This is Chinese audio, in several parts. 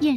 燕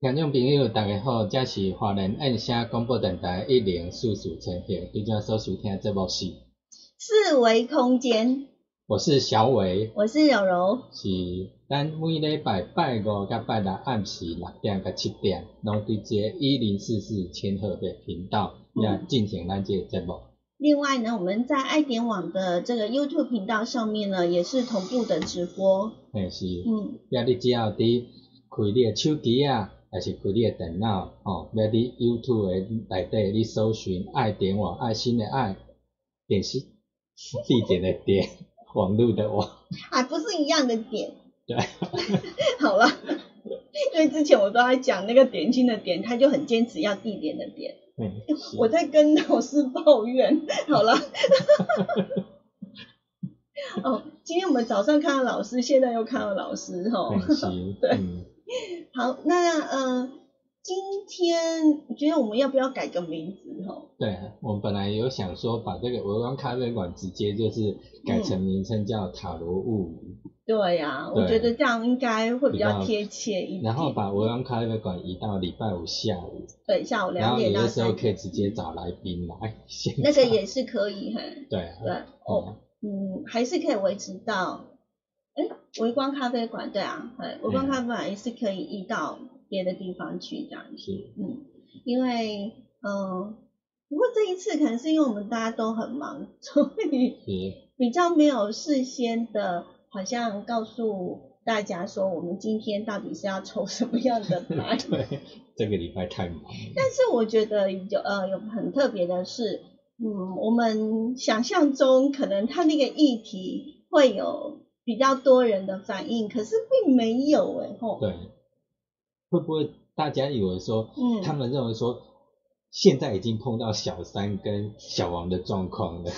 听众朋友，大家好，这是华人按声广播电台一零四四千赫，对正所收听的节目是，四维空间，我是小伟，我是柔柔，是咱每礼拜拜五甲拜六暗时六点甲七点，拢伫这一零四四千赫的频道来进行咱这个节目。另外呢，我们在爱点网的这个 YouTube 频道上面呢，也是同步的直播。嘿、是，嗯，也你只要伫开你的手机啊，还是开你的电脑，吼、要伫 YouTube 的内底你搜寻“爱点网”，爱心的爱，点是地点的点，网络的 网。还啊不是一样的点。对。 好了，因为之前我都在讲那个点睛的点，他就很坚持要地点的点。嗯，是我在跟老师抱怨。好了。哦，今天我们早上看到老师，现在又看到老师哦吼。嗯是， 对嗯，好，那呃，今天你觉得我们要不要改个名字吼？对，我们本来有想说把这个维光咖啡馆直接就是改成名称叫塔罗物语，对呀、我对觉得这样应该嗯会比比较较贴切一点。然后把维光咖啡馆移到礼拜五下午，对下午然两后点你到那时候三可点，以直接找来宾来现场。那个也是可以嘿。对啊，对哦，嗯，还是可以维持到，哎，微光咖啡馆对啊，哎，微嗯光咖啡馆也是可以移到别的地方去这样子。是，嗯，因为嗯、呃不过这一次可能是因为我们大家都很忙，所以是，比较没有事先的，好像告诉大家说我们今天到底是要抽什么样 的牌。对， 这个礼拜太忙了，但是我觉得有呃有很特别的是，嗯，我们想象中可能它那个议题会有比较多人的反应，可是并没有哎吼。对，会不会大家以为说，嗯他们认为说，现在已经碰到小三跟小王的状况了，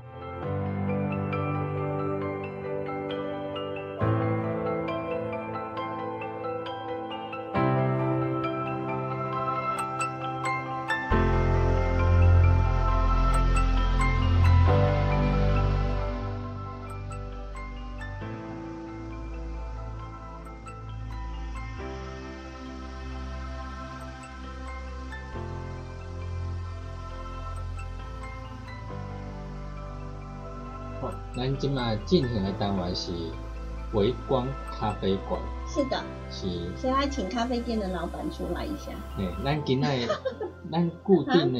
好哦咱即卖进行的单元是微光咖啡馆，是的，是 所以要请咖啡店的老板出来一下。嘿，咱今 仔的咱固定的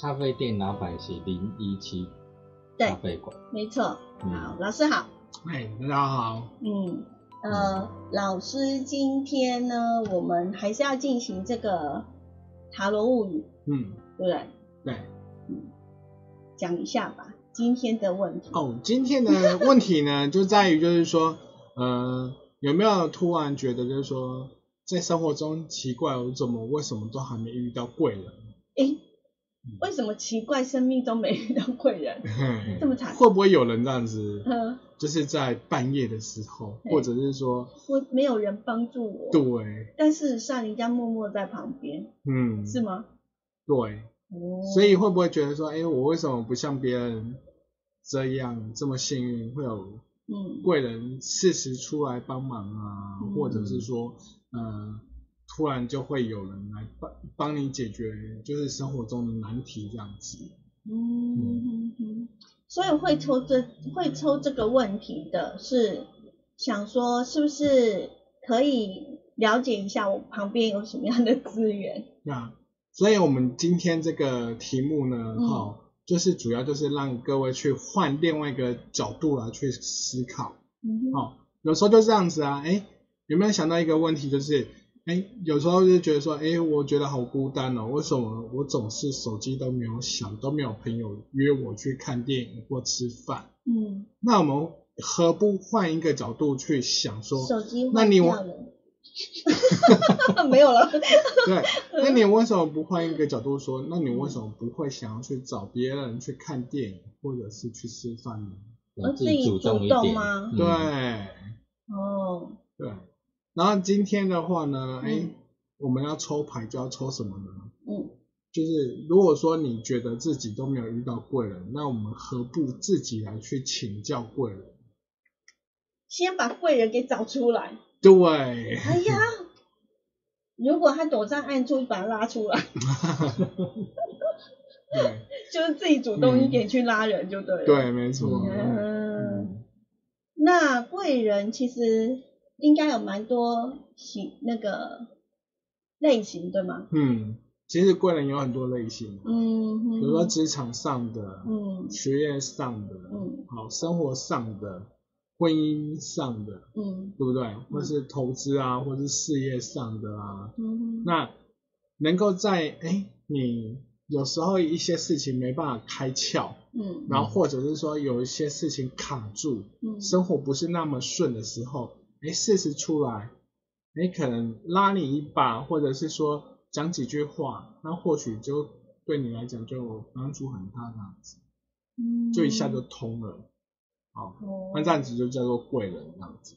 咖啡店老板是零一七对咖啡馆，没错，嗯好，老师好，哎，大家好，嗯，呃，老师今天呢，我们还是要进行这个塔罗物语，嗯，对不对？对，讲一下吧，今天的问题。哦，今天的问题呢，就在于就是说，呃，有没有突然觉得就是说，在生活中奇怪，我怎么为什么都还没遇到贵人？ 诶，为什么奇怪生命中没遇到贵人？嘿这么惨？会不会有人这样子，嗯，就是在半夜的时候，对或者是说，我没有人帮助我，对，但事实上人家默默在旁边，嗯，是吗？对，哦，所以会不会觉得说，哎，我为什么不像别人这样这么幸运，会有嗯，贵人适时出来帮忙啊，嗯或者是说，呃，突然就会有人来帮帮你解决，就是生活中的难题这样子。嗯，所以会抽这会抽这个问题的是想说是不是可以了解一下我旁边有什么样的资源？那所以我们今天这个题目呢，嗯哈、就是主要就是让各位去换另外一个角度来去思考。嗯哼，哦，有时候就这样子啊，哎，有没有想到一个问题，就是，哎，有时候就觉得说，哎，我觉得好孤单哦，为什么我总是手机都没有响，都没有朋友约我去看电影或吃饭？嗯，那我们何不换一个角度去想说，手机那换你掉了， 没有了， 对，那你为什么不换一个角度说，那你为什么不会想要去找别人去看电影或者是去吃饭呢？我嗯自哦自己主动主一动点吗，嗯对。哦，对，然后今天的话呢，哎、嗯我们要抽牌就要抽什么呢？嗯就是如果说你觉得自己都没有遇到贵人，那我们何不自己来去请教贵人？先把贵人给找出来。对， 哎呀，如果他躲在暗处，把他拉出来， 对，就是自己主动一点去拉人就对了。嗯对，没错，嗯。嗯那贵人其实应该有蛮多型那个类型，对吗？嗯，其实贵人有很多类型，嗯哼，比如说职场上的，嗯学业上的，嗯好，生活上的，婚姻上的，嗯对不对？或是投资啊，或是事业上的啊，嗯哼，那能够在哎，诶你有时候一些事情没办法开窍，嗯然后或者是说有一些事情卡住，嗯生活不是那么顺的时候，哎，试试出来，你可能拉你一把，或者是说讲几句话，那或许就对你来讲就帮助很大，这样子嗯就一下就通了。好，哦那这样子就叫做贵人，这样子。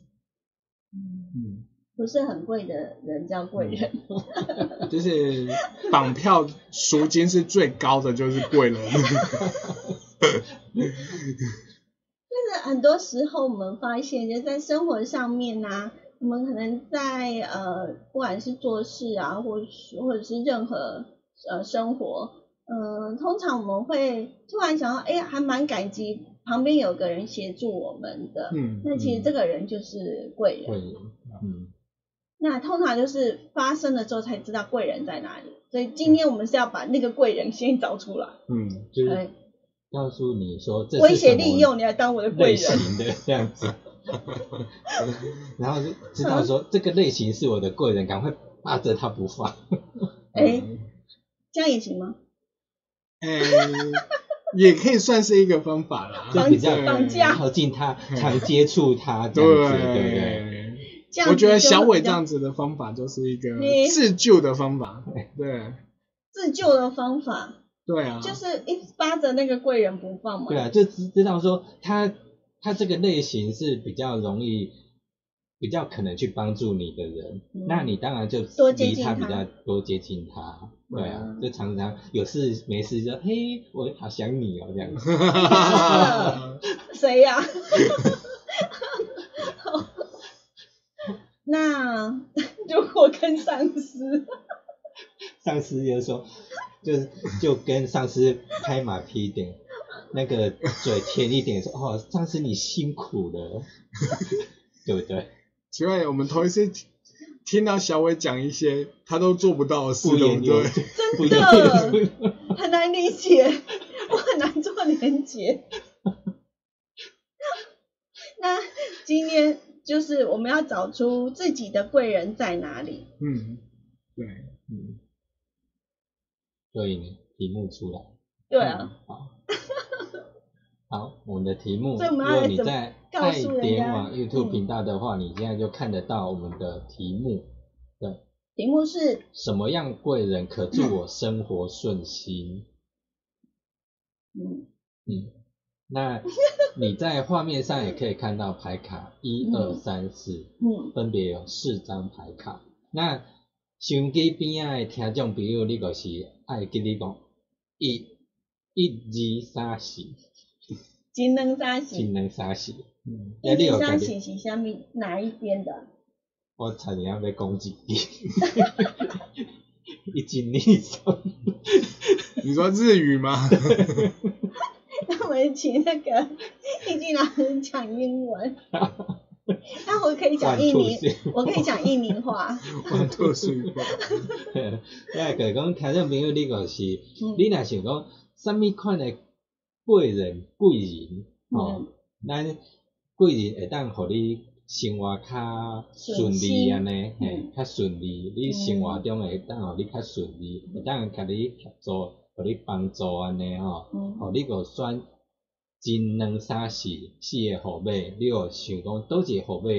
嗯嗯，不是很贵的人叫贵人，就是绑票赎金是最高的，就是 贵人。但是很多时候我们发现，就在生活上面呐、我们可能在呃，不管是做事啊，或是或者是任何呃生活，呃，通常我们会突然想到，哎、还蛮感激旁边有个人协助我们的，嗯，那其实这个人就是贵人。贵人，嗯，那通常就是发生了之后才知道贵人在哪里，所以今天我们是要把那个贵人先找出来，嗯，就是哎告诉你说这是威胁什么利用你来当我的贵类人。型的这样子， 然后就知道说这个类型是我的贵人，赶快扒着他不放。哎，这样也行吗？哎，也可以算是一个方法啦。就比较绑架靠近他，常接触他，这样子，对不对？对，这样我觉得小伟这这样子的方法就是一个你自救的方法。对，自救的方法，对啊，就是一直扒着那个贵人不放嘛。对啊，就知知道说他他这个类型是比较容易，比较可能去帮助你的人，嗯那你当然就多接离近他他比较多接近他。对啊嗯，就常常有事没事就嘿，我好想你哦这样子。啊谁 呀、那如果跟上司，上司就说，就是就跟上司拍马屁一点，那个嘴甜一点说哦，上司你辛苦了，对不对？奇怪，我们头一次听到小伟讲一些他都做不到的事，不对言不有对？不言真有很难理解，我很难做连结。那今天就是我们要找出自己的贵人在哪里。嗯，对，嗯， 所以呢，题目出来，嗯对啊，好， 好，我们的题目，所以我如们要来果你怎么在告爱诉人点家网嗯 YouTube 频道的话，你现在就看得到我们的题目，题目是什么样贵人可助我生活顺心？嗯嗯，那你在画面上也可以看到牌卡一嗯二三四，嗯分别有四张牌卡。那相机边仔的听众朋友，你就是爱跟你讲一、一、二、三、四，金能三喜，只能三四。嗯，那你一有二家三己，喜是下面哪一边的？ 我差点要被攻击 你。一斤二三， 你说日语吗？那我们请那个 易经老师讲英文， 那我可以讲印尼 One, two, three，我可以讲印尼 话。我特殊一个，那个讲听众朋友，你就是。嗯你若想讲什么款的贵人贵人哦，嗯咱贵人会当互你生活较顺利安尼，顺心嘿嗯，较顺利，你生活中会当互你较顺嗯利，会当甲你协助，互你帮助安尼吼，嗯互你个选真两三四四个号码，你有想讲倒一个号码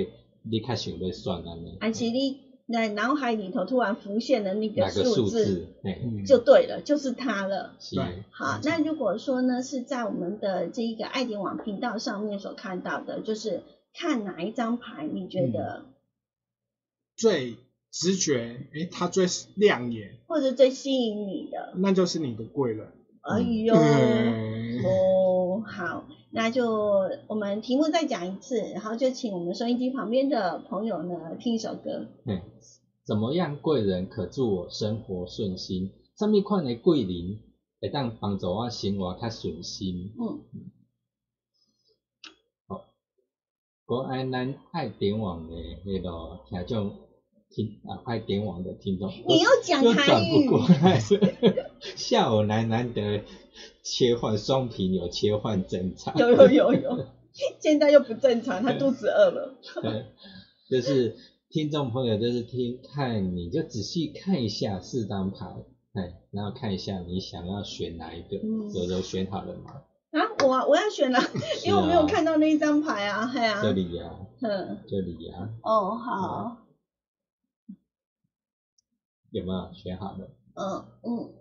你较想要选安尼，安琪丽在脑海里头突然浮现的那个哪个数数字，字？嗯嘿，嗯就对了，就是它了。是，对好，那如果说呢是在我们的这一个爱点网频道上面所看到的，就是看哪一张牌，你觉得、嗯最直觉，哎，他最亮眼，或者最吸引你的？嗯那就是你的贵人。嗯哎呦，对，哦，好，那就我们题目再讲一次，然后就请我们收音机旁边的朋友呢听一首歌。嘿，怎么样贵人可助我生活顺心？什么款的贵人会当帮助我生活较顺心？嗯，国安咱爱点网的迄个听众听啊，爱点网的听众，你要讲又台转不语，过来，下午难难得切换双屏有切换正常， 有有有有，现在又不正常，他肚子饿了。 对，就是听众朋友，就是听看你就仔细看一下四张牌，哎，然后看一下你想要选哪一个，嗯有有选好了吗？啊，我啊我要选了，因为我没有看到那一张牌啊，嘿啊这，里呀、嗯，这里呀、哦，好，有没有选好了？嗯嗯，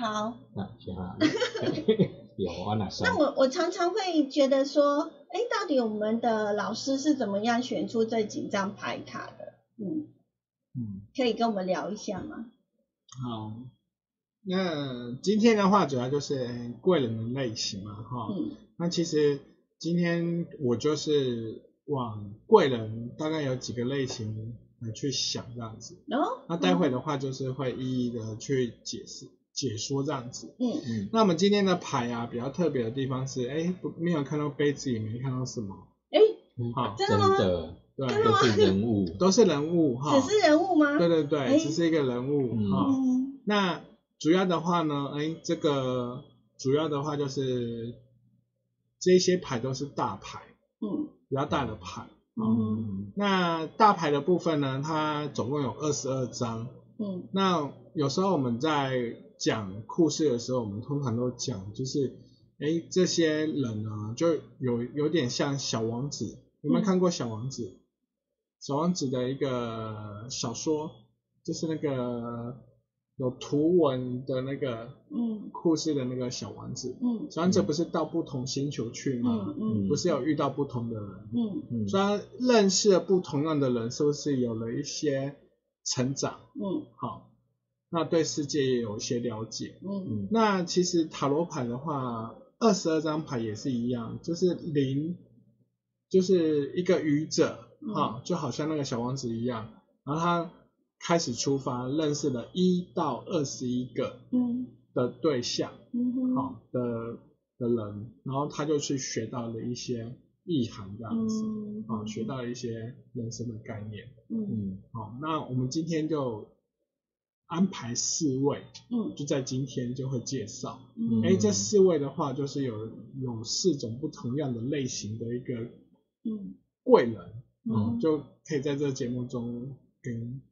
好。那选好了， 有我哪上那？我我常常会觉得说，哎，到底我们的老师是怎么样选出这几张牌卡的？嗯，嗯，可以跟我们聊一下吗？好。那今天的话，主要就是哎贵人的类型嘛，哈、嗯那其实今天我就是往贵人大概有几个类型来去想这样子。然后，嗯那待会的话就是会一一的去解释解说这样子。嗯嗯，那我们今天的牌啊，比较特别的地方是，哎，不没有看到杯子，也没看到什么，哎，好，真真的吗嗯的对，都是人 物，都是人物哈，只是人物吗？对对哎对，只是一个人物嗯哈。嗯那主要的话呢，哎，这个主要的话就是这些牌都是大牌，嗯比较大的牌。嗯嗯，那大牌的部分呢，它总共有二十二张。嗯那有时候我们在讲故事的时候，我们通常都讲就是，哎，这些人呢，就有有点像小王子，有没有看过小王子？小王子的一个小说，就是那个有图文的那个嗯故事的那个小王子。嗯小王子不是到不同星球去吗？嗯不是有遇到不同的人？嗯嗯虽然认识了不同样的人，是不是有了一些成长？嗯好，那对世界也有一些了解。嗯嗯那其实塔罗牌的话，二十二张牌也是一样，就是零，就是一个愚者嗯哈、就好像那个小王子一样，然后他开始出发，认识了一到二十一个嗯的对象，嗯，好、的的人，然后他就去学到了一些意涵这样子。嗯，啊、学到一些人生的概念。嗯嗯好、那我们今天就安排四位，嗯就在今天就会介绍。嗯，哎、这四位的话，就是有有四种不同样的类型的一个嗯贵人，嗯就可以在这个节目中跟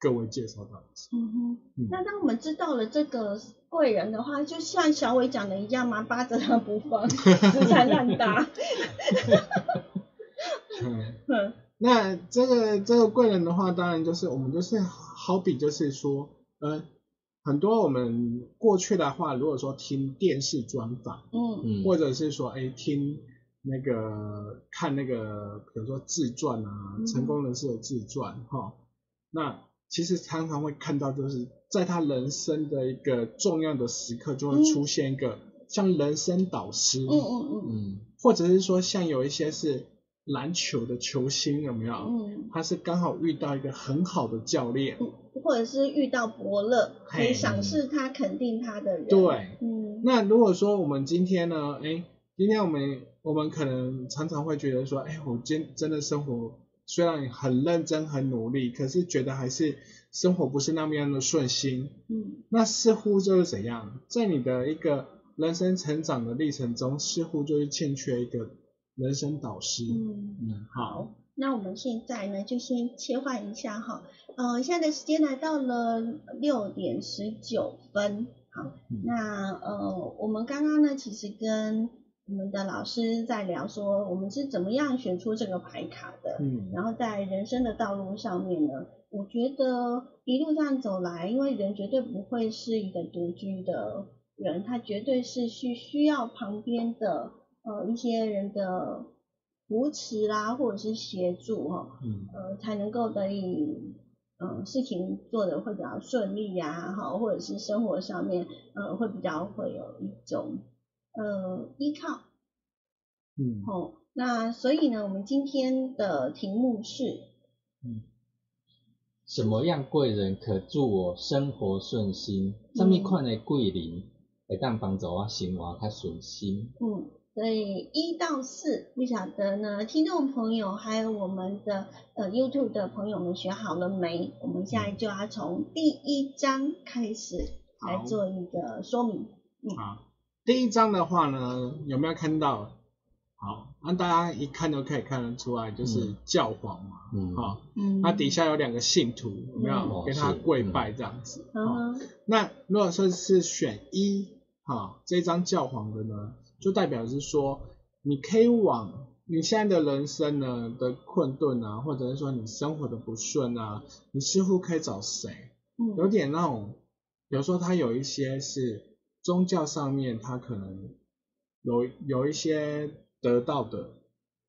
各位介绍到。嗯哼。嗯，那当我们知道了这个贵人的话，就像小伟讲的一样嘛，扒着他不放，死缠烂打。嗯嗯 那这个这个贵人的话，当然就是我们就是好比就是说，呃，很多我们过去的话，如果说听电视专访，嗯嗯，或者是说，哎，听那个看那个，比如说自传啊，嗯成功人士的自传哈、那其实常常会看到，就是在他人生的一个重要的时刻，就会出现一个像人生导师，嗯嗯嗯或者是说像有一些是篮球的球星，有没有？嗯他是刚好遇到一个很好的教练，嗯，或者是遇到伯乐，可以嘿赏识他、肯定他的人。对，嗯那如果说我们今天呢，哎，今天我们我们可能常常会觉得说，哎，我今真的生活虽然很认真很努力，可是觉得还是生活不是那么样的顺心。嗯那似乎就是怎样，在你的一个人生成长的历程中，似乎就是欠缺一个人生导师。嗯。嗯好，那我们现在呢，就先切换一下哈，呃，现在的时间来到了六点十九分，好，嗯那呃，我们刚刚呢，其实跟我们的老师在聊说，我们是怎么样选出这个牌卡的，嗯然后在人生的道路上面呢，我觉得一路这样走来，因为人绝对不会是一个独居的人，他绝对是需需要旁边的呃一些人的扶持啦，或者是协助哈、嗯呃，才能够得以嗯、呃事情做的会比较顺利呀、哈，或者是生活上面呃会比较会有一种呃依靠。嗯哦，那所以呢，我们今天的题目是，什么样贵人可助我生活顺心？什嗯么款的贵人会当帮助我生活较顺心？嗯，所以一到四，不晓得呢，听众朋友还有我们的呃 YouTube 的朋友们学好了没？我们现在就要从第一章开始来好做一个说明。好，第一章的话呢，有没有看到好，那大家一看就可以看得出来，就是教皇嘛，嗯好，嗯，那底下有两个信徒，有没有嗯跟他跪拜这样子？嗯好，哼，那如果说是选一，好，这张教皇的呢，就代表是说，你可以往你现在的人生呢的困顿啊，或者是说你生活的不顺啊，你似乎可以找谁？嗯有点那种，比如说他有一些是宗教上面，他可能有有一些得到的，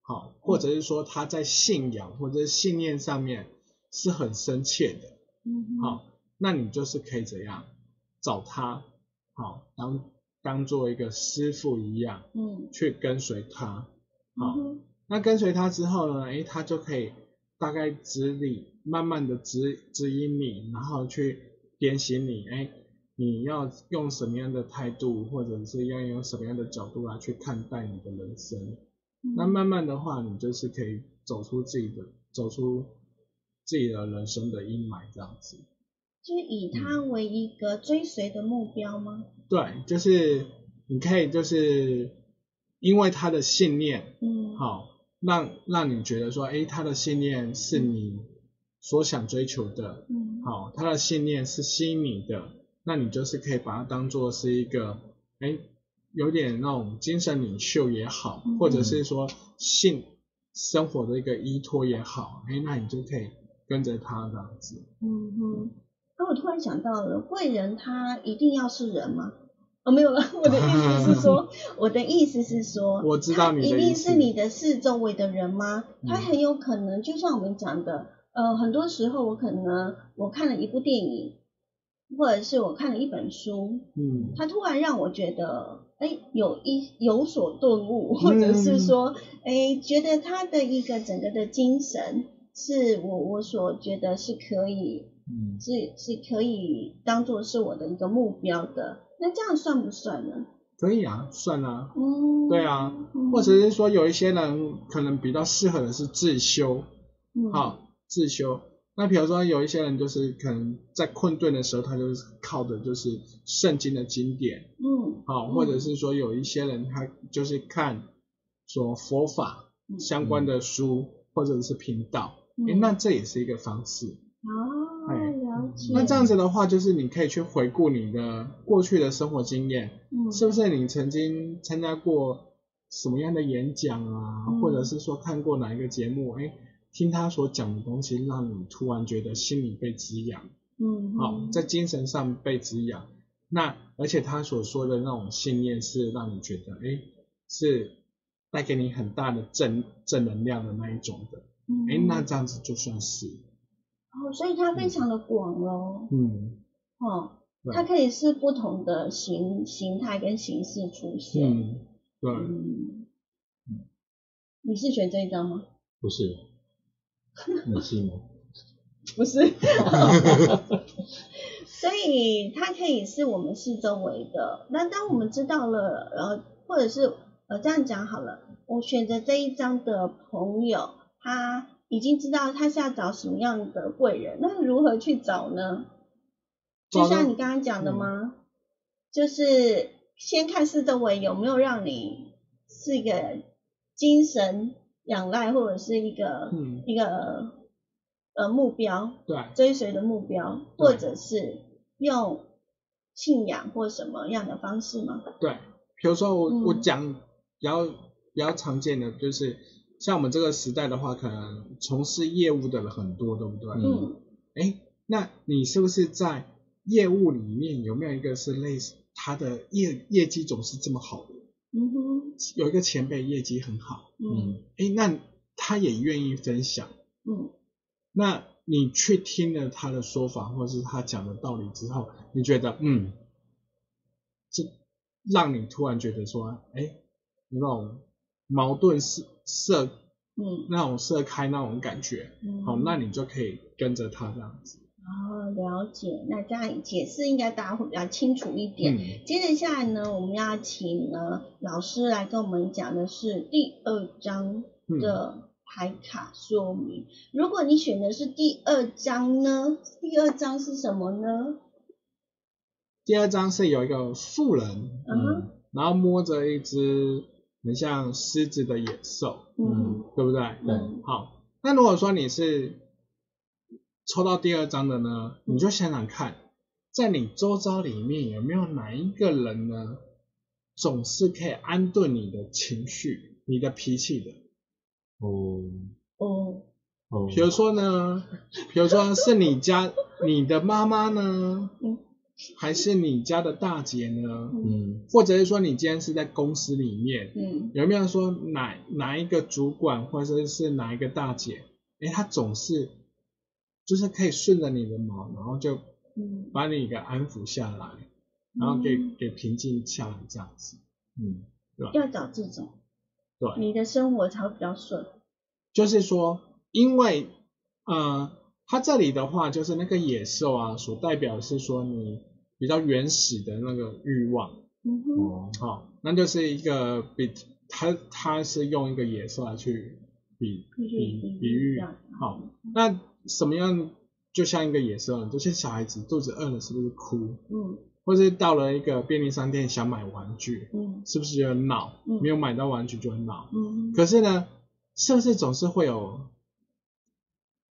好，或者是说他在信仰或者是信念上面是很深切的，嗯哼，好，那你就是可以怎样找他，好当当做一个师傅一样嗯，去跟随他，好，嗯那跟随他之后呢，诶，他就可以大概指你，慢慢的指指引你，然后去点醒你，诶，你要用什么样的态度，或者是要用什么样的角度来去看待你的人生。嗯哼那慢慢的话，你就是可以走出自己的，走出自己的人生的阴霾这样子。就是以他为一个追随的目标吗？对，就是你可以就是因为他的信念，嗯，，好，让让你觉得说，诶，他的信念是你所想追求的，嗯，，好，他的信念是吸引你的，那你就是可以把它当做是一个，诶，有点那种精神领袖也好，或者是说性生活的一个依托也好，诶，那你就可以跟着他这样子。嗯哼。那我突然想到了，贵人他一定要是人吗？哦，没有了，我的意思是 说，我的意思是说，我知道你的他一意定思是你的四周围的人吗？他嗯很有可能，就像我们讲的，呃，很多时候我可能我看了一部电影，或者是我看了一本书，嗯，他突然让我觉得，哎，有一有所顿悟，或者嗯是说，哎，觉得他的一个整个的精神，是我我所觉得是可以，嗯，是是可以当做是我的一个目标的。那这样算不算呢？可以啊，算啊，嗯，对啊嗯，或者是说有一些人可能比较适合的是自修，嗯，好，自修。那比如说有一些人就是可能在困顿的时候，他就是靠的就是圣经的经典，嗯，好，嗯或者是说有一些人他就是看说佛法嗯相关的书或者是频道，嗯诶，那这也是一个方式。哦，哎了解，那这样子的话，就是你可以去回顾你的过去的生活经验，嗯，是不是你曾经参加过什么样的演讲啊，嗯或者是说看过哪一个节目？哎，听他所讲的东西，让你突然觉得心里被滋养，嗯，好、嗯在精神上被滋养。那而且他所说的那种信念是让你觉得，哎，是带给你很大的正正能量的那一种的。哎，那这样子就算是，嗯哦，所以它非常的广喽，嗯哦，对它可以是不同的形形态跟形式出现。嗯，对，嗯，你是选这一张吗？不是， 你是吗？不是， 所以它可以是我们四周围的。那当我们知道了，呃，或者是呃这样讲好了，我选择这一张的朋友，他已经知道他是要找什么样的贵人，那如何去找呢？就找到像你刚刚讲的吗？就是先看四周围有没有让你是一个精神仰赖，或者是一个、嗯一个呃目标，对，追随的目标，对或者是用信仰或什么样的方式吗？对，比如说我、嗯我讲比较比较常见的就是，像我们这个时代的话，可能从事业务的人很多，对不对？嗯嗯哎、那你是不是在业务里面有没有一个是类似他的业业绩总是这么好的？嗯哼有一个前辈业绩很好，嗯嗯哎，那他也愿意分享，嗯那你去听了他的说法或者是他讲的道理之后，你觉得嗯，这让你突然觉得说，哎，那种矛盾是射嗯那种射开那种感觉，嗯，好，那你就可以跟着他这样子。哦了解，那这样解释应该大家会比较清楚一点。嗯，接着下来呢，我们要请呢老师来跟我们讲的是第二章嗯的牌卡说明。如果你选的是第二章呢，第二章是什么呢？第二章是有一个富人，嗯哼，然后摸着一只很像狮子的野兽，嗯对不对？嗯好，那如果说你是抽到第二张的呢，你就想想看，在你周遭里面有没有哪一个人呢，总是可以安顿你的情绪、你的脾气的。哦哦，哦，比如说呢，比如说是你家你的妈妈呢嗯，还是你家的大姐呢，嗯或者是说你今天是在公司里面，嗯有没有说哪哪一个主管或者是哪一个大姐，哎，她总是就是可以顺着你的毛，然后就嗯把你给安抚下来，然后给嗯给平静下来这样子。嗯要找这种，对，你的生活才会比较顺。就是说，因为呃，它这里的话就是那个野兽啊，所代表的是说你比较原始的那个欲望，嗯哼，哦好、那就是一个比它它是用一个野兽来去比比喻比比比喻喻这样，嗯好、那什么样就像一个野兽，就是小孩子肚子饿了是不是哭，嗯或是到了一个便利商店想买玩具，嗯是不是就会闹？嗯没有买到玩具就会闹。嗯，可是呢，是不是总是会有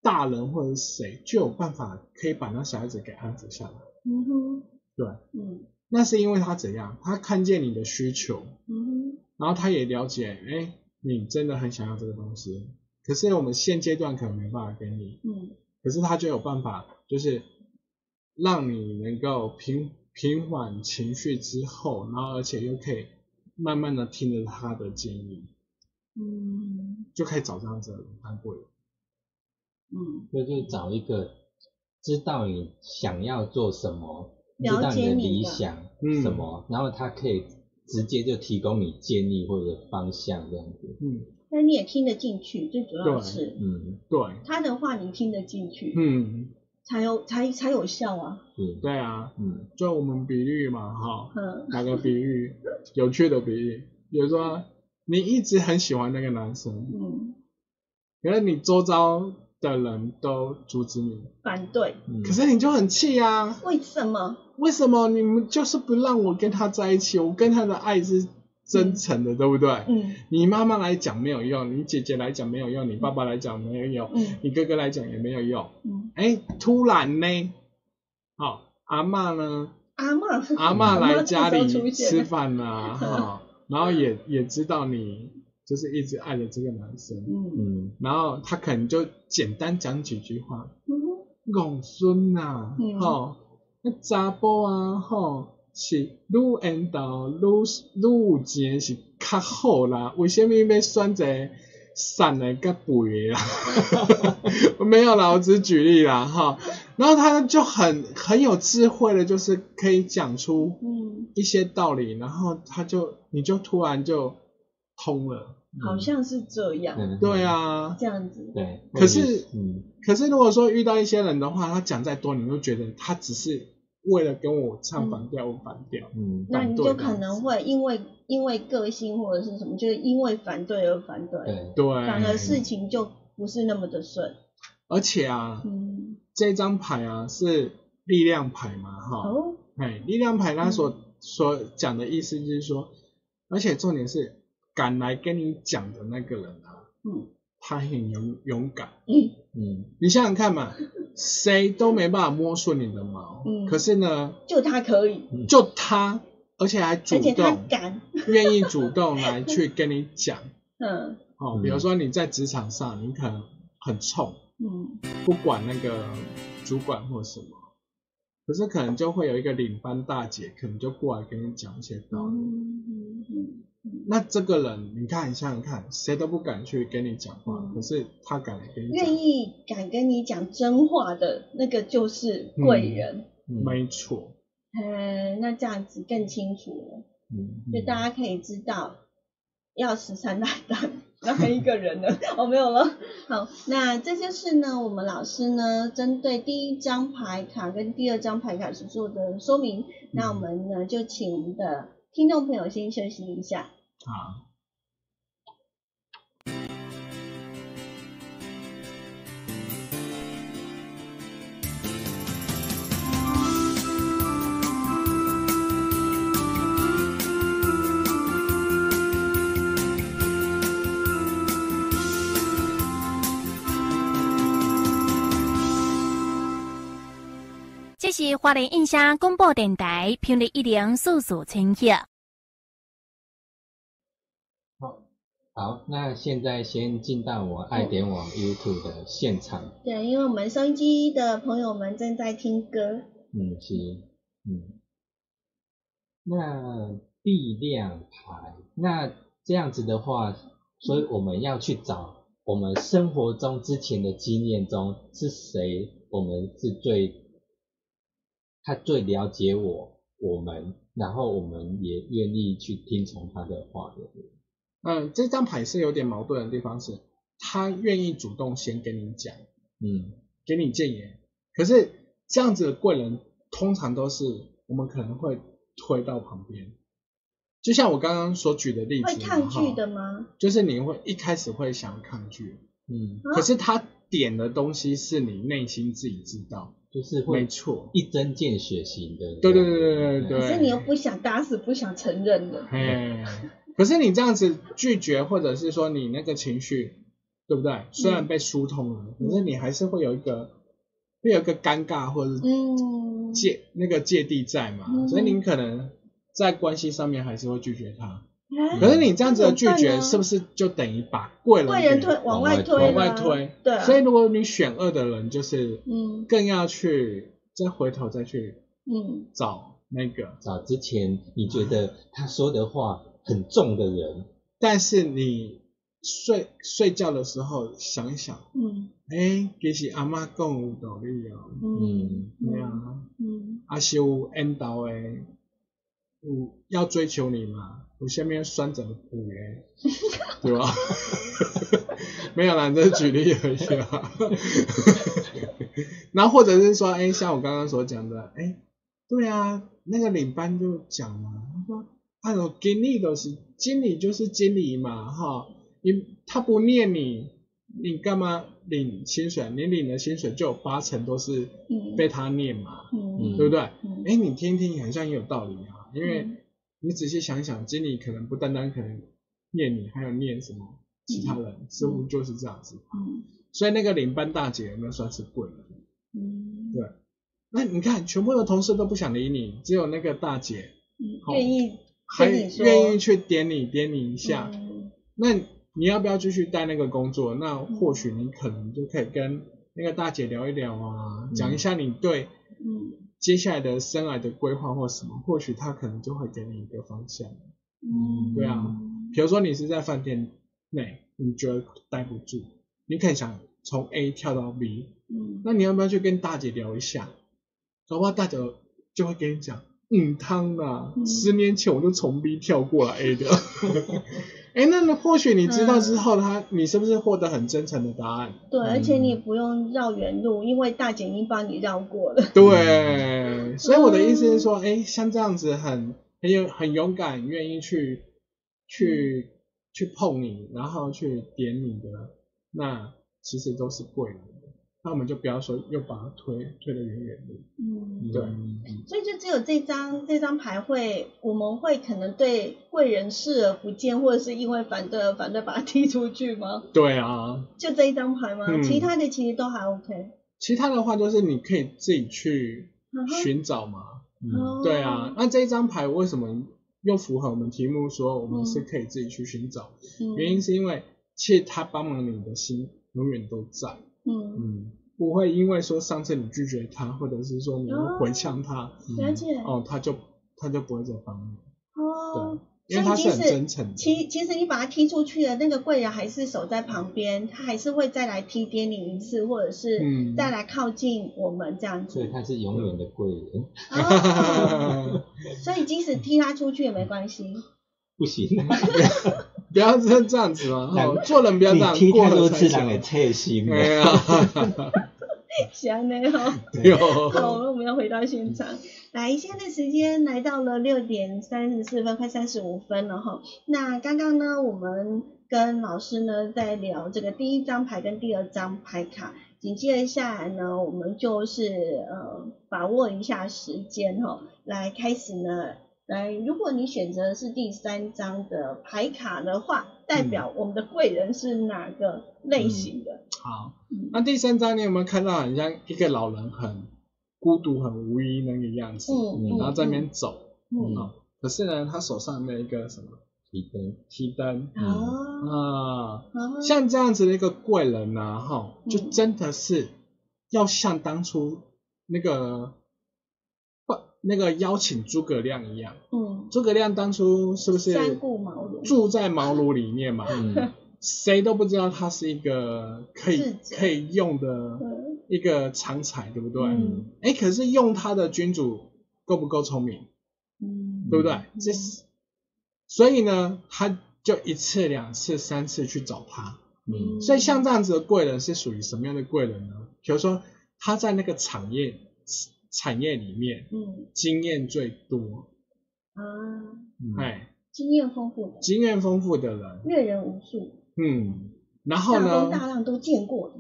大人或者谁就有办法可以把那小孩子给安抚下来？嗯哼，对，嗯那是因为他怎样？他看见你的需求，嗯哼，然后他也了解，哎，你真的很想要这个东西，可是我们现阶段可能没办法给你，嗯可是他就有办法，就是让你能够平平缓情绪之后，然后而且又可以慢慢的听着他的建议，嗯就可以找这样子的人当过人。嗯，就是找一个知道你想要做什么，知了道解你的你理的想嗯什么，然后他可以直接就提供你建议或者方向这样子。嗯，那你也听得进去，最主要对是嗯，对。他的话你听得进去，嗯，才有才才有效啊。是，对啊，嗯就我们比喻嘛，哈，嗯打个比喻，有趣的比喻，比如说你一直很喜欢那个男生，嗯，可是你周遭的人都阻止你，反对，嗯，可是你就很气啊，为什么？为什么你们就是不让我跟他在一起？我跟他的爱是真诚的，对不对？嗯你妈妈来讲没有用，你姐姐来讲没有用，你爸爸来讲没有用，嗯你哥哥来讲也没有用。嗯，哎，突然呢，好、阿嬷呢阿妈，阿嬷来家阿嬷这时候里出现吃饭啦、嗯哈，然后也也知道你就是一直爱着这个男生，嗯嗯然后他可能就简单讲几句话，嗯哼戆孙呐嗯，吼、那查甫啊，吼、是愈缘投愈愈有钱是较好啦，为什么要选择瘦的甲肥的啦？没有啦，我只是举例啦，哈。然后他就很很有智慧的，就是可以讲出嗯，一些道理，然后他就你就突然就通了，好像是这样，嗯对，啊。这样子，对。可或者是嗯，可是如果说遇到一些人的话，他讲再多，你会觉得他只是为了跟我唱反调，我反调。嗯那你反对就这可样能子会因为因为个性或者是什么，就是因为反对而反对，对，对，嗯反而事情就不是那么的顺。而且啊，嗯，这张牌啊是力量牌嘛，哈，哦，哎、力量牌它所、所讲的意思就是说，而且重点是敢来跟你讲的那个人啊，嗯他很勇勇敢。嗯嗯你想想看嘛，谁都没办法摸顺你的毛，嗯可是呢，就他可以，就他，而且还主而且他动，敢，愿意主动来去跟你讲。嗯哦，嗯比如说你在职场上，你可能很冲，嗯不管那个主管或什么，可是可能就会有一个领班大姐，可能就过来跟你讲一些道理。嗯嗯嗯，那这个人，你看，你想想看，谁都不敢去跟你讲话，嗯可是他敢来跟你讲愿，意敢跟你讲真话的那个就是贵人。嗯没错，嗯，那这样子更清楚嗯了，就大家可以知道要十三大蛋，哪一个人呢？哦，没有了。好，那这就是呢，我们老师呢针对第一张牌卡跟第二张牌卡所做的说明。那我们呢就请我们的听众朋友先休息一下。啊， Thank 这是花莲印象广播电台频率一零四四千赫。好，那现在先进到我爱点网 YouTube 的现场。对，因为我们收音机的朋友们正在听歌，嗯，是，嗯。那力量牌，那这样子的话，所以我们要去找我们生活中之前的经验中是谁，我们是最他最了解我我们，然后我们也愿意去听从他的话的。嗯，这张牌是有点矛盾的地方是，他愿意主动先跟你讲，嗯给你建言，可是这样子的贵人通常都是我们可能会推到旁边，就像我刚刚所举的例子，会抗拒的哈，吗？就是你会一开始会想抗拒，嗯，啊可是他点的东西是你内心自己知道，就是没会错，一针见血型的。对对对对对可对是你又不想，打死不想承认的。哎，可是你这样子拒绝，或者是说你那个情绪，对不对？虽嗯然被疏通了，可是你还是会有一个，会有一个尴尬或者是嗯，芥、那个芥蒂在嘛，嗯所以你可能在关系上面还是会拒绝他。哎可是你这样子的拒怎么办绝，呢是不是就等于把贵人贵人给推往外推，往外推？对啊，所以如果你选二的人，就是嗯更要去再回头再去嗯，找那个，找之前你觉得他说的话很重的人，但是你睡睡觉的时候想一想。嗯诶，其实阿嬷讲有道理哦，嗯对啊，嗯啊是有缘投诶，有要追求你嘛，有下面酸怎么补诶，对吧？ 没有啦，这是举例而已啊。 然后或者是说，诶，像我刚刚所讲的，诶，对啊，那个领班就讲嘛，他说，哎呦，经理都是经理就是经理嘛，哈，你他不念你，你干嘛领薪水？啊你领的薪水就有八成都是嗯被他念嘛，嗯对不对？哎、嗯你听一听，好像也有道理啊，因为你仔细想一想，经理可能不单单可能念你，还有念什么其他人，似乎就是这样子。嗯所以那个领班大姐有没有算是贵人？嗯，对，那你看，全部的同事都不想理你，只有那个大姐好嗯愿意还跟你说，愿意去点你点你一下。嗯那你要不要继续带那个工作？那嗯或许你可能就可以跟那个大姐聊一聊啊，嗯讲一下你对嗯接下来的生涯的规划或什么，或许她可能就会给你一个方向。嗯，对啊比如说你是在饭店内，你觉得待不住，你可以想从 A 跳到 B，嗯，那你要不要去跟大姐聊一下？搞不好大姐就会跟你讲，嗯，汤啊，嗯十年前我就从 B 跳过来 A 的。 哎、那那或许你知道之后，他你是不是获得很真诚的答案？对，而且你也不用绕远路，因为大姐已经帮你绕过了。对，所以我的意思是说，嗯哎、像这样子很很有很勇敢，愿意去嗯去、去碰你，然后去点你的，那其实都是贵人的。那我们就不要说又把它推推得远远的。嗯，对所以就只有这张这张牌会，我们会可能对贵人视而不见，或者是因为反对而反对把他踢出去吗？对啊，就这一张牌吗？嗯其他的其实都还 OK。其他的话就是你可以自己去嗯哼哦寻找嘛。嗯，对啊，，那这一张牌为什么又符合我们题目说我们是可以自己去寻找？嗯、原因是因为其实他帮忙你的心永远都在，嗯，嗯不会因为说上次你拒绝他，或者是说你又回呛他，了解哦，他就他就不会再帮你。哦对，，因所为以他是即很使真诚的。其其实你把他踢出去了，那个贵人还是守在旁边，他还是会再来提点你一次，或者是嗯再来靠近我们这样所以子。他是永远的贵人， 哦，所以即使踢他出去也没关系。 不 行， 不要这这样子嘛，哦做人不要这样，你踢过太了多才次，人行会。退心哎的。 呀，哎行嘞哦。有好，那我们要回到现场。来，现在时间来到了六点三十四分，快三十五分了哈。那刚刚呢，我们跟老师呢在聊这个第一张牌跟第二张牌卡。紧接着下来呢，我们就是呃把握一下时间哈，来开始呢。来，如果你选择的是第三张的牌卡的话，代嗯表我们的贵人是哪个类型的？好，嗯那第三章你有没有看到很像一个老人很孤独很无依那个样子，嗯嗯然后在那边走， 嗯啊，可是呢，他手上没有一个什么提灯，提灯哦，啊，哦像这样子的一个贵人呐、哈，嗯就真的是要像当初那个不那个邀请诸葛亮一样，嗯，诸葛亮当初是不是三顾茅庐住在茅庐里面嘛？嗯，谁都不知道他是一个可以智者可以用的嗯一个常才，对不对？嗯哎、可是用他的君主够不够聪明，嗯对不对？这是，所以呢，他就一次、两次、三次去找他。嗯所以像这样子的贵人是属于什么样的贵人呢？比如说他在那个产业产业里面嗯经验最多，啊，嗯，哎，经验丰富的，经验丰富的人，阅人无数，嗯，然后大呢风，大浪都见过的。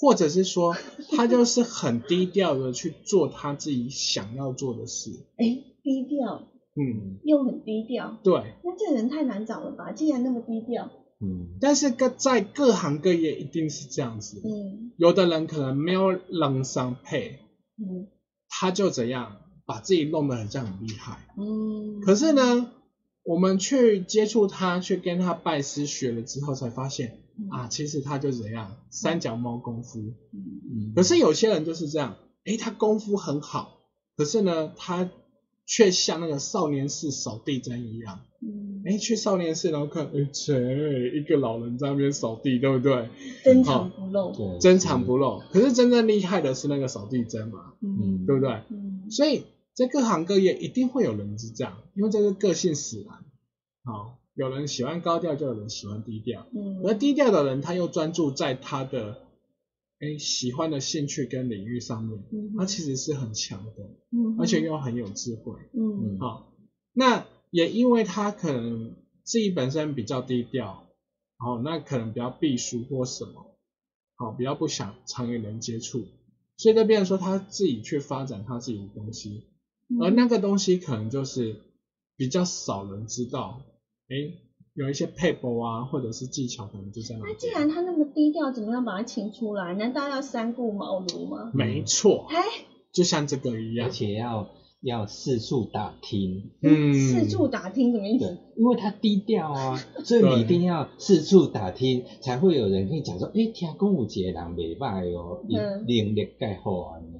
或者是说他就是很低调的去做他自己想要做的事，哎，低调嗯，又很低调，对。那这人太难找了吧？既然那么低调，嗯，但是各在各行各业一定是这样子的，嗯有的人可能没有人上配，嗯他就怎样把自己弄得很像很厉害。嗯。可是呢，我们去接触他，去跟他拜师学了之后，才发现嗯啊，其实他就怎样三脚猫功夫。嗯，嗯可是有些人就是这样，诶，他功夫很好，可是呢，他却像那个少年寺扫地僧一样，嗯诶，去少年寺然后看，诶，切，一个老人在那边扫地，对不对？深藏不露，对，真藏不露。可是真正厉害的是那个扫地僧嘛，嗯对不对？嗯所以在各行各业一定会有人是这样，因为这是个性使然。好，有人喜欢高调，就有人喜欢低调。嗯而低调的人，他又专注在他的哎喜欢的兴趣跟领域上面，嗯他其实是很强的，嗯而且又很有智慧。嗯好，那也因为他可能自己本身比较低调，好，那可能比较避俗或什么，好，比较不想常与人接触，所以就变成说他自己去发展他自己的东西，嗯而那个东西可能就是比较少人知道，诶，有一些配博啊，或者是技巧，可能就在那那边。既然他那么低调，怎么样把他请出来？难道要三顾茅庐吗？没错，哎，就像这个一样而，且要要四处打听，嗯，四处打听什么意对思？，因为他低调啊，所以你一定要四处打听，才会有人跟你讲说，诶，听讲有一个人袂歹哦，伊嗯能力介好安尼。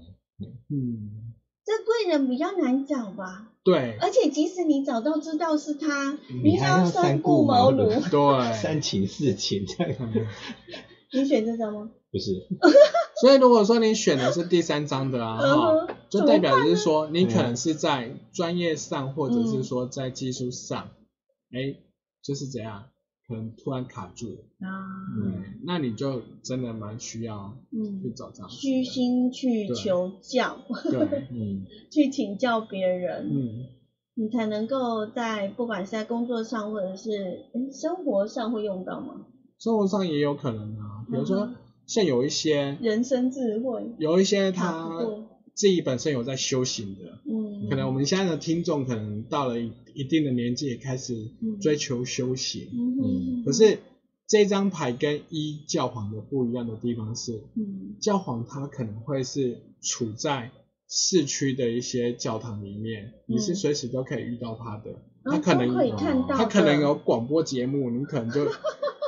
嗯，这贵人比较难找吧？对而且即使你找到知道是他，嗯你还还要三三顾顾茅茅庐庐。对， 三情四情这样， 嗯你选这张吗？不是？所以如果说你选的是第三张 的啊，嗯哈、哼就代表就是说你可能是在专业上，或者嗯是说在技术上，哎、就是怎样，可能突然卡住了，啊，嗯，那你就真的蛮需要去嗯，找这样子虚心去对求教， 的，对，嗯去请教别人，嗯，你才能够在不管是在工作上或者是诶生活上会用到吗？生活上也有可能啊，比如嗯说像有一些，人生智慧，有一些卡他不过自己本身有在修行的，嗯，可能我们现在的听众可能到了一一定的年纪，也开始追求修行。嗯哼，可是这张牌跟一教皇的不一样的地方是，嗯教皇他可能会是处在市区的一些教堂里面，嗯你是随时都可以遇到他的。然他后可都哦可以能看到的，他可能有广播节目，你可 能就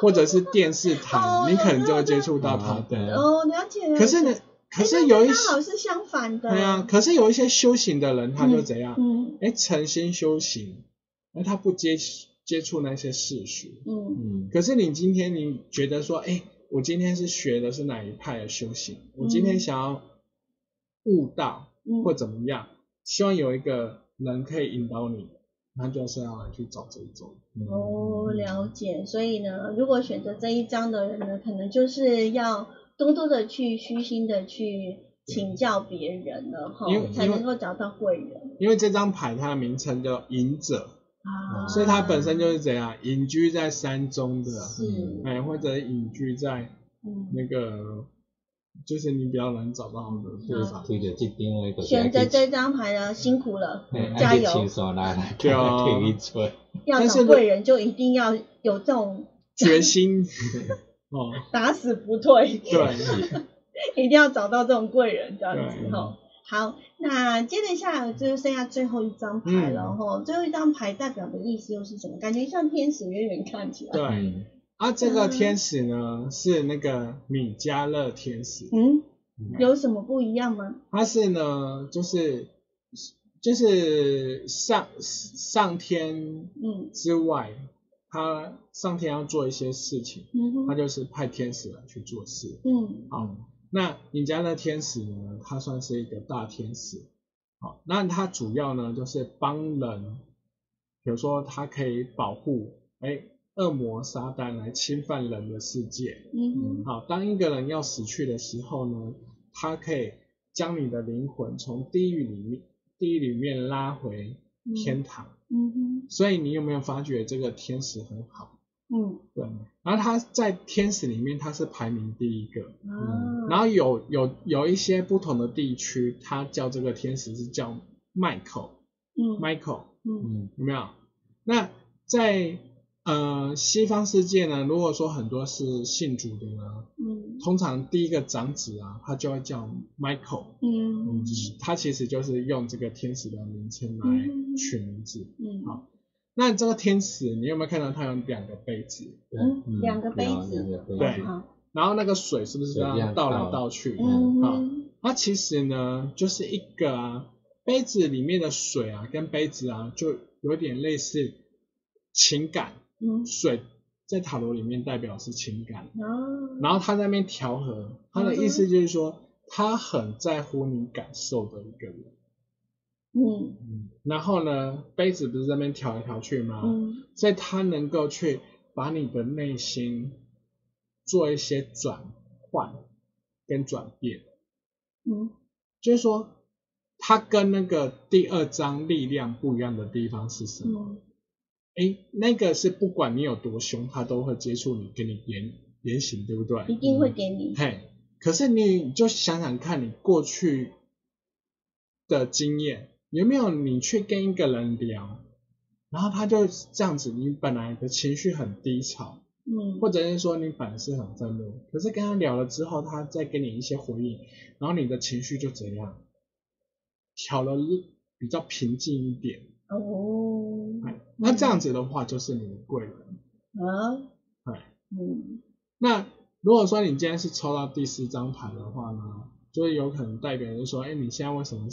或者是电视哦台，你可能就会接触到他嗯的。哦，哎了解了解。可是呢，可是有一诶那刚好些，是相反的，对啊，可是有一些修行的人，他就怎样？嗯哎，诚心修行，那他不接接触那些世俗。嗯嗯可是你今天你觉得说，哎，我今天是学的是哪一派的修行？我今天想要悟道嗯，或怎么样？希望有一个人可以引导你，那就是要来去找这一种。嗯哦，了解。所以呢，如果选择这一章的人呢，可能就是要多多的去虚心的去请教别人了哈因为，才因为能够找到贵人因为这张牌它的名称叫隐者，啊。所以它本身就是怎样隐居在山中的，是哎，或者隐居在嗯，那个，就是你比较难找到的地方。推着这张位就是选择要去这张牌呢，辛苦了，嘿加要去油亲！手拿来对啊听一吹，要但找是贵人就一定要有这种决心哦，打死不退，对，一定要找到这种贵人这样对子哈。好，那接着下来就剩下最后一张牌了嗯吼、最后一张牌代表的意思又是什么？感觉像天使远远看起来。对嗯啊，这个天使呢是那个米迦勒天使，嗯，有什么不一样吗？它是呢就是就是上上天嗯之外，他上天要做一些事情，嗯他哼就是派天使来去做事。嗯好，那米迦勒天使呢，他算是一个大天使。好，那他主要呢就是帮人，比如说他可以保护哎恶魔撒旦来侵犯人的世界。嗯哼好，当一个人要死去的时候呢，他可以将你的灵魂从地狱里面地狱里面拉回嗯天堂。嗯哼所以你有没有发觉这个天使很好？嗯对，然后他在天使里面他是排名第一个，嗯啊，然后有有有一些不同的地区，他叫这个天使是叫 Michael，Michael 嗯嗯嗯有没有？那在呃西方世界呢，如果说很多是信主的呢，嗯通常第一个长子啊，他就会叫 Michael，嗯他其实就是用这个天使的名称来取名字。嗯好那这个天使，你有没有看到它有两个杯子？对嗯嗯两个杯子两个杯对子好然后那个水是不是这对这样样倒来倒倒去？嗯好，哼它其实呢就是一个啊，杯子里面的水啊，跟杯子啊就有点类似情感，嗯水在塔罗里面代表是情感，啊然后它在那边调和，它的意思就是说他很在乎你感受的一个人。嗯然后呢，杯子不是在那边调来调去吗？嗯所以它能够去把你的内心做一些转换跟转变，嗯就是说，它跟那个第二章力量不一样的地方是什么？嗯诶，那个是不管你有多凶，它都会接触你，给你言言行，对不对？一定会给你嘿，可是你就想想看，你过去的经验有没有？你去跟一个人聊，然后他就这样子，你本来的情绪很低潮，嗯或者是说你本来是很愤怒，可是跟他聊了之后，他再给你一些回应，然后你的情绪就怎样，调了比较平静一点。哦哎那这样子的话，就是你的贵人。啊哎嗯那如果说你今天是抽到第四张牌的话呢，就是有可能代表就是说，哎，你现在为什么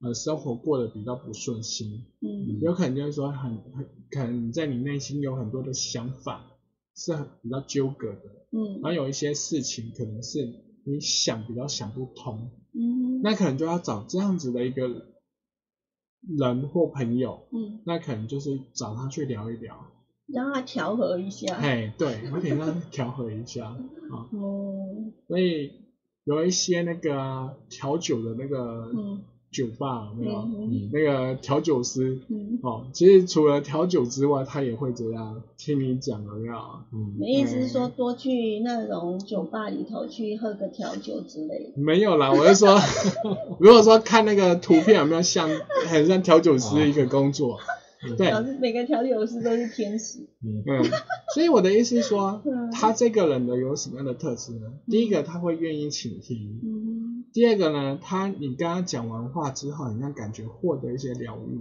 呃生活过得比较不顺心？嗯有可能就是说很很可能你在你内心有很多的想法是很比较纠葛的，嗯然后有一些事情可能是你想比较想不通，嗯那可能就要找这样子的一个人或朋友，嗯那可能就是找他去聊一聊，让它调和一下哎，对，有点让他调和一下啊。嗯所以有一些那个啊调酒的那个嗯酒吧有没有？嗯那个调酒师嗯哦，其实除了调酒之外，他也会这样听你讲有没有？你嗯的意思是说多去那种酒吧里头去喝个调酒之类的？没有啦，我是 说，如果说看那个图片有没有像很像调酒师的一个工哦作，对，老师每个调酒师都是天使。嗯嗯，所以我的意思是说嗯，他这个人的有什么样的特质呢？第一个，他会愿意倾听；嗯第二个呢，他你跟他讲完话之后，你让感觉获得一些疗愈，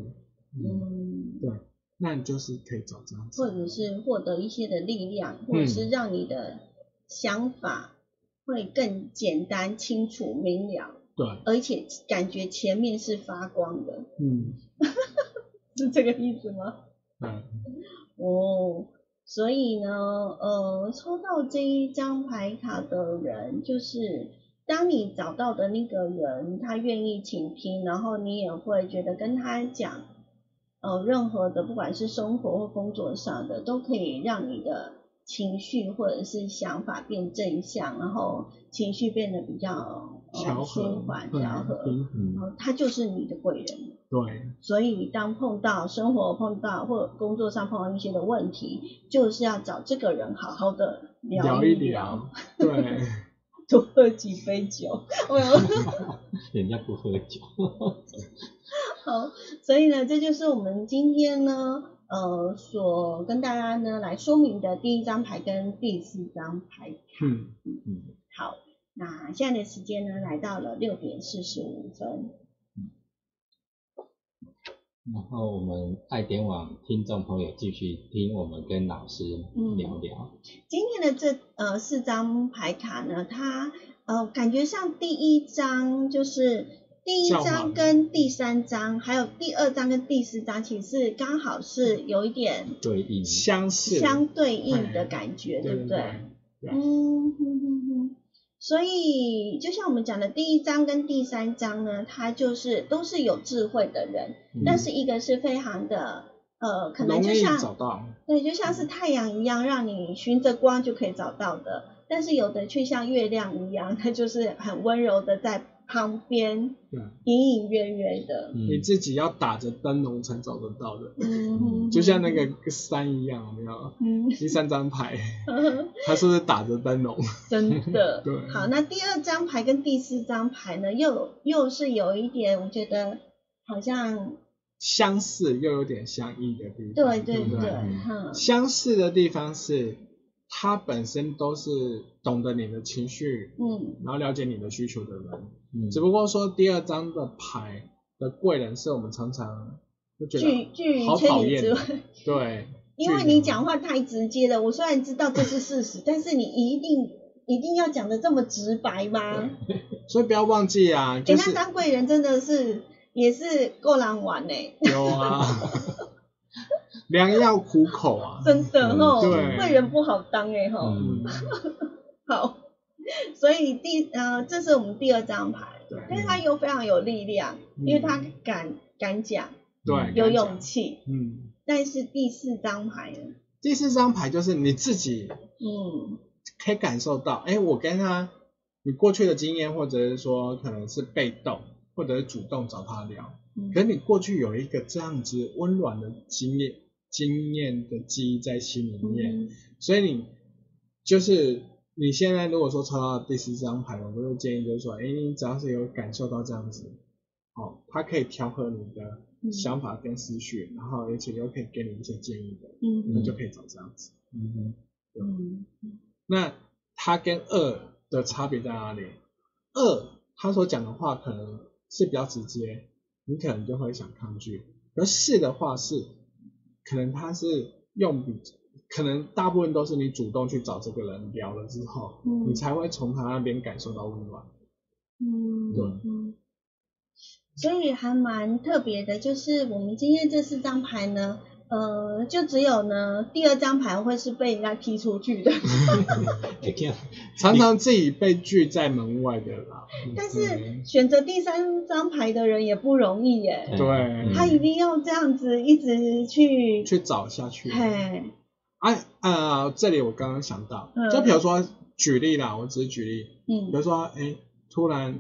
嗯，对，那你就是可以找这样子。或者是获得一些的力量，或者是让你的想法会更简单、清楚、明了，对，而且感觉前面是发光的，嗯，呃是这个意思吗？对，哦，所以呢，呃，抽到这一张牌卡的人，就是当你找到的那个人，他愿意倾听，然后你也会觉得跟他讲，呃，任何的不管是生活或工作上的，都可以让你的情绪或者是想法变正向，然后情绪变得比较呃调和舒，缓、对调和，平衡，然后他就是你的贵人。对，所以，当碰到生活碰到或工作上碰到一些的问题，就是要找这个人好好的聊聊一聊，聊，对，多喝几杯酒。 我有人家不喝酒，好，所以呢，这就是我们今天呢，呃，所跟大家呢 来说明的第一张牌跟第四张牌。嗯，嗯好，那啊，现在的时间呢来到了六点四十五分。然后我们爱点网听众朋友继续听我们跟老师聊聊。今天的这呃四张牌卡呢，它呃感觉上第一张就是第一教皇张跟第三张，还有第二张跟第四张，其实刚好是有一点对应相似相对应的感觉，对对不对对？对嗯哼哼哼。所以就像我们讲的，第一章跟第三章呢，它就是都是有智慧的人，嗯但是一个是非常的呃，可能容就易找像到，对，就像是嗯太阳一样，让你循着光就可以找到的，但是有的却像月亮一样，它就是很温柔的在旁边对，隐隐约约的。嗯你自己要打着灯笼才找得到的，嗯 哼就像那个山一样，有没有？嗯。 第三张牌，嗯他是不是打着灯笼？真的 对。好，那第二张牌跟第四张牌呢，又又是有一点，我觉得好像相似又有点相异的地方，对对对不对，对？哈，相似的地方是，他本身都是懂得你的情绪，嗯然后了解你的需求的人。嗯只不过说第二张的牌的贵人是我们常常就觉拒得拒于好千讨里厌之的外，对，因为你讲话太直接了。我虽然知道这是事实，但是你一定一定要讲的这么直白吗？所以不要忘记啊，给就他是当贵人真的是也是够难玩呢、有啊，良药苦口啊，真的吼，对贵人不好当哎、吼。嗯嗯，好， 所以第呃，这是我们第二张牌，对但是他又非常有力量，嗯因为他敢敢讲，对，有刚讲勇，气。嗯，但是第四张牌呢？第四张牌就是你自己嗯可以感受到，哎，我跟他，你过去的经验，或者是说可能是被动，或者是主动找他聊，可是嗯你过去有一个这样子温暖的经验、经验的记忆在心里面，嗯所以你就是你现在如果说抽到第四张牌，我就建议就是说，哎，你只要是有感受到这样子，哦，它可以调和你嗯的想法跟思绪，然后而且又可以给你一些建议的，那嗯就可以找这样子。嗯哼。嗯那它跟二的差别在哪里？二他所讲的话可能是比较直接，你可能就会想抗拒；而四的话是，可能他是用比，可能大部分都是你主动去找这个人聊了之后，嗯你才会从他那边感受到温暖。嗯对嗯，所以还蛮特别的，就是我们今天这四张牌呢，呃，就只有呢第二张牌会是被人家踢出去的，嗯会叫常常自己被拒在门外的啦。 但是选择第三张牌的人也不容易耶，对，嗯他一定要这样子一直去，去找下去。嘿，哎、啊、呃，这里我刚刚想到，嗯就比如说举例啦，我只是举例，比嗯如说，哎，突然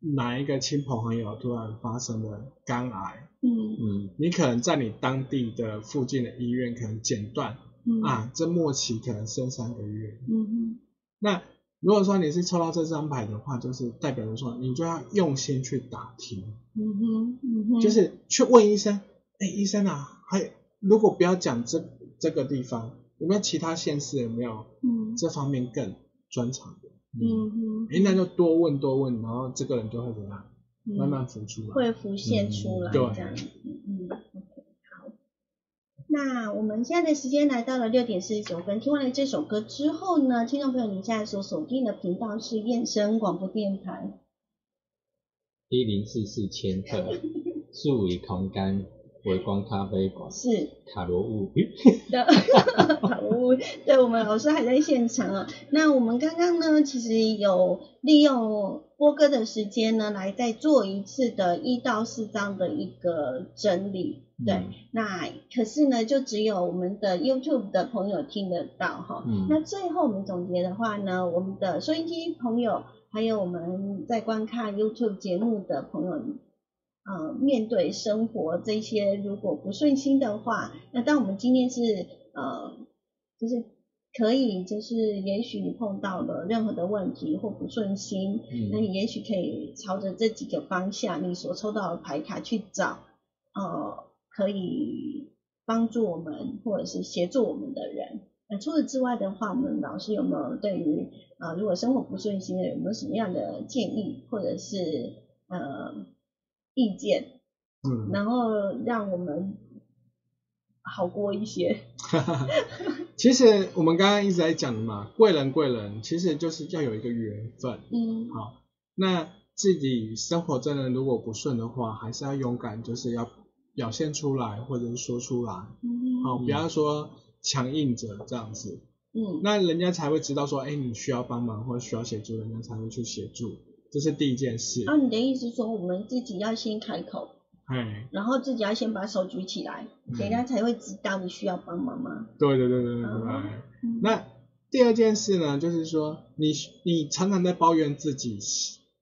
哪一个亲朋好友突然发生了肝癌，嗯嗯你可能在你当地的附近的医院可能诊断嗯啊，这末期可能剩三个月。嗯那如果说你是抽到这张牌的话，就是代表着说你就要用心去打听，哼嗯哼嗯哼，就是去问医生，哎，医生啊，还有如果不要讲这这个地方，有没有其他县市有没有嗯这方面更专长的？嗯哼，哎，那就多问多问，然后这个人就会怎么样？嗯慢慢浮出来。会浮现出来嗯这对样子，嗯，OK，好。那我们现在的时间来到了六点四十九分，听完了这首歌之后呢，听众朋友，你现在所锁定的频道是燕声广播电台。一零四四千克，四维空间，微光咖啡馆，是塔罗物，的， 好，对我们老师还在现场啊。那我们刚刚呢，其实有利用播歌的时间呢，来再做一次的一到四章的一个整理。对，嗯那可是呢，就只有我们的 YouTube 的朋友听得到哈。嗯那最后我们总结的话呢，我们的收音机朋友，还有我们在观看 YouTube 节目的朋友，呃，面对生活这些如果不顺心的话，那当我们今天是呃，就是可以，就是也许你碰到了任何的问题或不顺心，那嗯你也许可以朝着这几个方向，你所抽到的牌卡去找，呃，可以帮助我们或者是协助我们的人。那除此之外的话，我们老师有没有对于啊、呃如果生活不顺心的，有没有什么样的建议或者是呃意见？嗯，然后让我们好过一些。 其实我们刚刚一直在讲的嘛，贵人贵人，其实就是要有一个缘分。嗯好，那自己生活真的如果不顺的话，还是要勇敢，就是要表现出来，或者是说出来，嗯好，不要说强硬着这样子，嗯那人家才会知道说，哎，你需要帮忙或者需要协助，人家才会去协助，这是第一件事。啊，你的意思说我们自己要先开口，哎，然后自己要先把手举起来，嗯人家才会知道你需要帮忙吗？对对对对对对对。嗯嗯那第二件事呢，就是说，你你常常在抱怨自己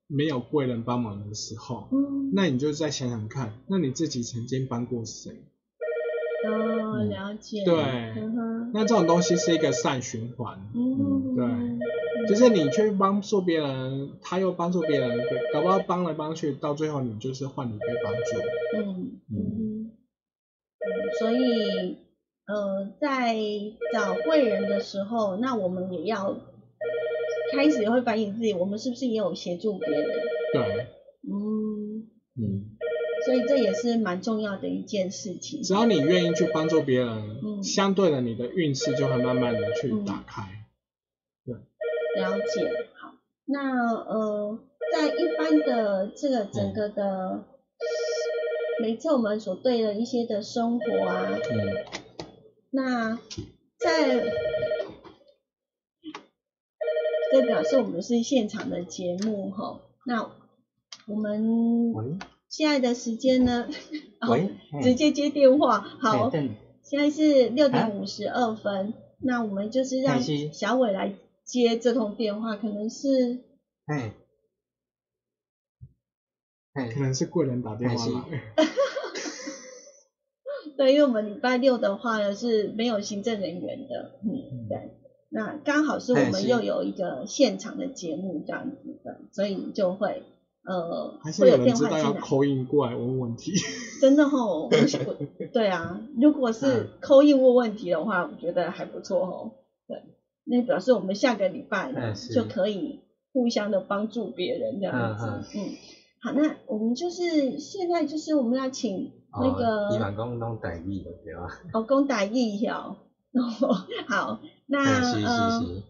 没有贵人帮忙的时候，嗯，那你就再想想看，那你自己曾经帮过谁？哦，嗯了解。对嗯哼，那这种东西是一个善循环，嗯，对，就是你去帮助别人，他又帮助别人，搞不好帮来帮去，到最后你就是换你被帮助。嗯嗯嗯嗯，所以呃，在找贵人的时候，那我们也要开始会反省自己，我们是不是也有协助别人？对，嗯，嗯，所以这也是蛮重要的一件事情。只要你愿意去帮助别人，嗯相对的你的运势就会慢慢的去打开。了解，好，那呃，在一般的这个整个的，每次我们所对的一些的生活啊，嗯，那在这表示我们是现场的节目哈，那我们喂现在的时间呢，哦喂，直嘿接接电话，嘿好，等现在是六啊点五十二分，那我们就是让哎是小伟来接这通电话，可能是嘿，可嘿，能是贵人打电话还来，对，因为我们礼拜六的话呢是没有行政人员的，嗯，对。那刚好是我哎们是又有一个现场的节目这样子的，所以就会呃还是会有有人电知话道要进来。扣印过来问问题。真的吼，我是 我对啊，如果是嗯扣印问问题的话，我觉得还不错吼。对，那表示我们下个礼拜呢哎是就可以互相的帮助别人这样子。嗯嗯，好，那我们就是现在就是我们要请哦哦那个、伊万讲拢台语就对啊，哦，讲台语 哦。好，嘿那哎是呃，是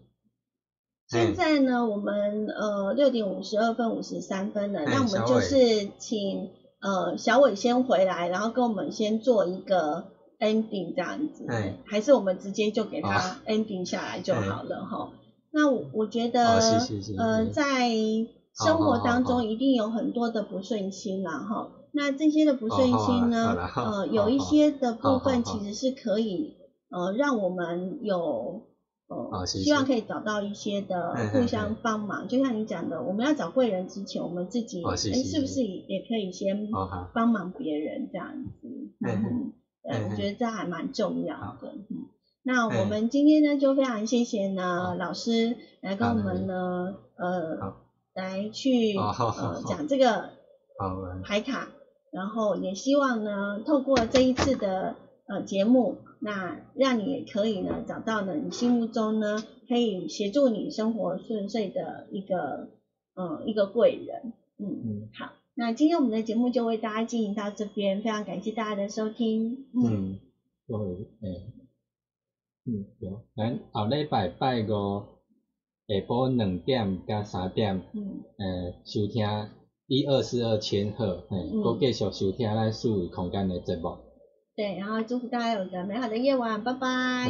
现是，嘿，在呢，我们呃六点五十二分、五十三分了，哎那我们小就伟是请呃小伟先回来，然后跟我们先做一个 ending 这样子哎，还是我们直接就给他啊 ending 下来就哎好了哈。那我我觉得哦是是是呃是在生活当中一定有很多的不顺心啦哈。那这些的不顺心呢哦好啦，好啦呃，好有一好些的部分好好其实是可以呃，让我们有呃，好谢谢希望可以找到一些的嘿嘿互嘿相帮忙。就像你讲的，我们要找贵人之前，我们自己哦哎，是是是不是哦是也可以先好哦好帮忙别人这样子？嘿嘿嗯，对，嘿我嘿觉得这还蛮重要好的。嗯，那我嘿们今天呢，就非常谢谢呢好老师来跟好我没们问呢，呃好，来去哦好好呃好讲这个好啊，牌卡，然后也希望呢，透过这一次的呃节目，那让你也可以呢找到呢你心目中呢可以协助你生活顺遂的一个呃一个贵人，嗯嗯，好，那今天我们的节目就为大家进行到这边，非常感谢大家的收听，嗯，嗯，各位，诶，嗯，对，咱后礼拜拜五下晡两点到三点，嗯诶，收听一二四二千赫，嘿，嗯佮继续收听咱四维空间的节目，对，然后祝福大家有个美好的夜晚，拜拜拜。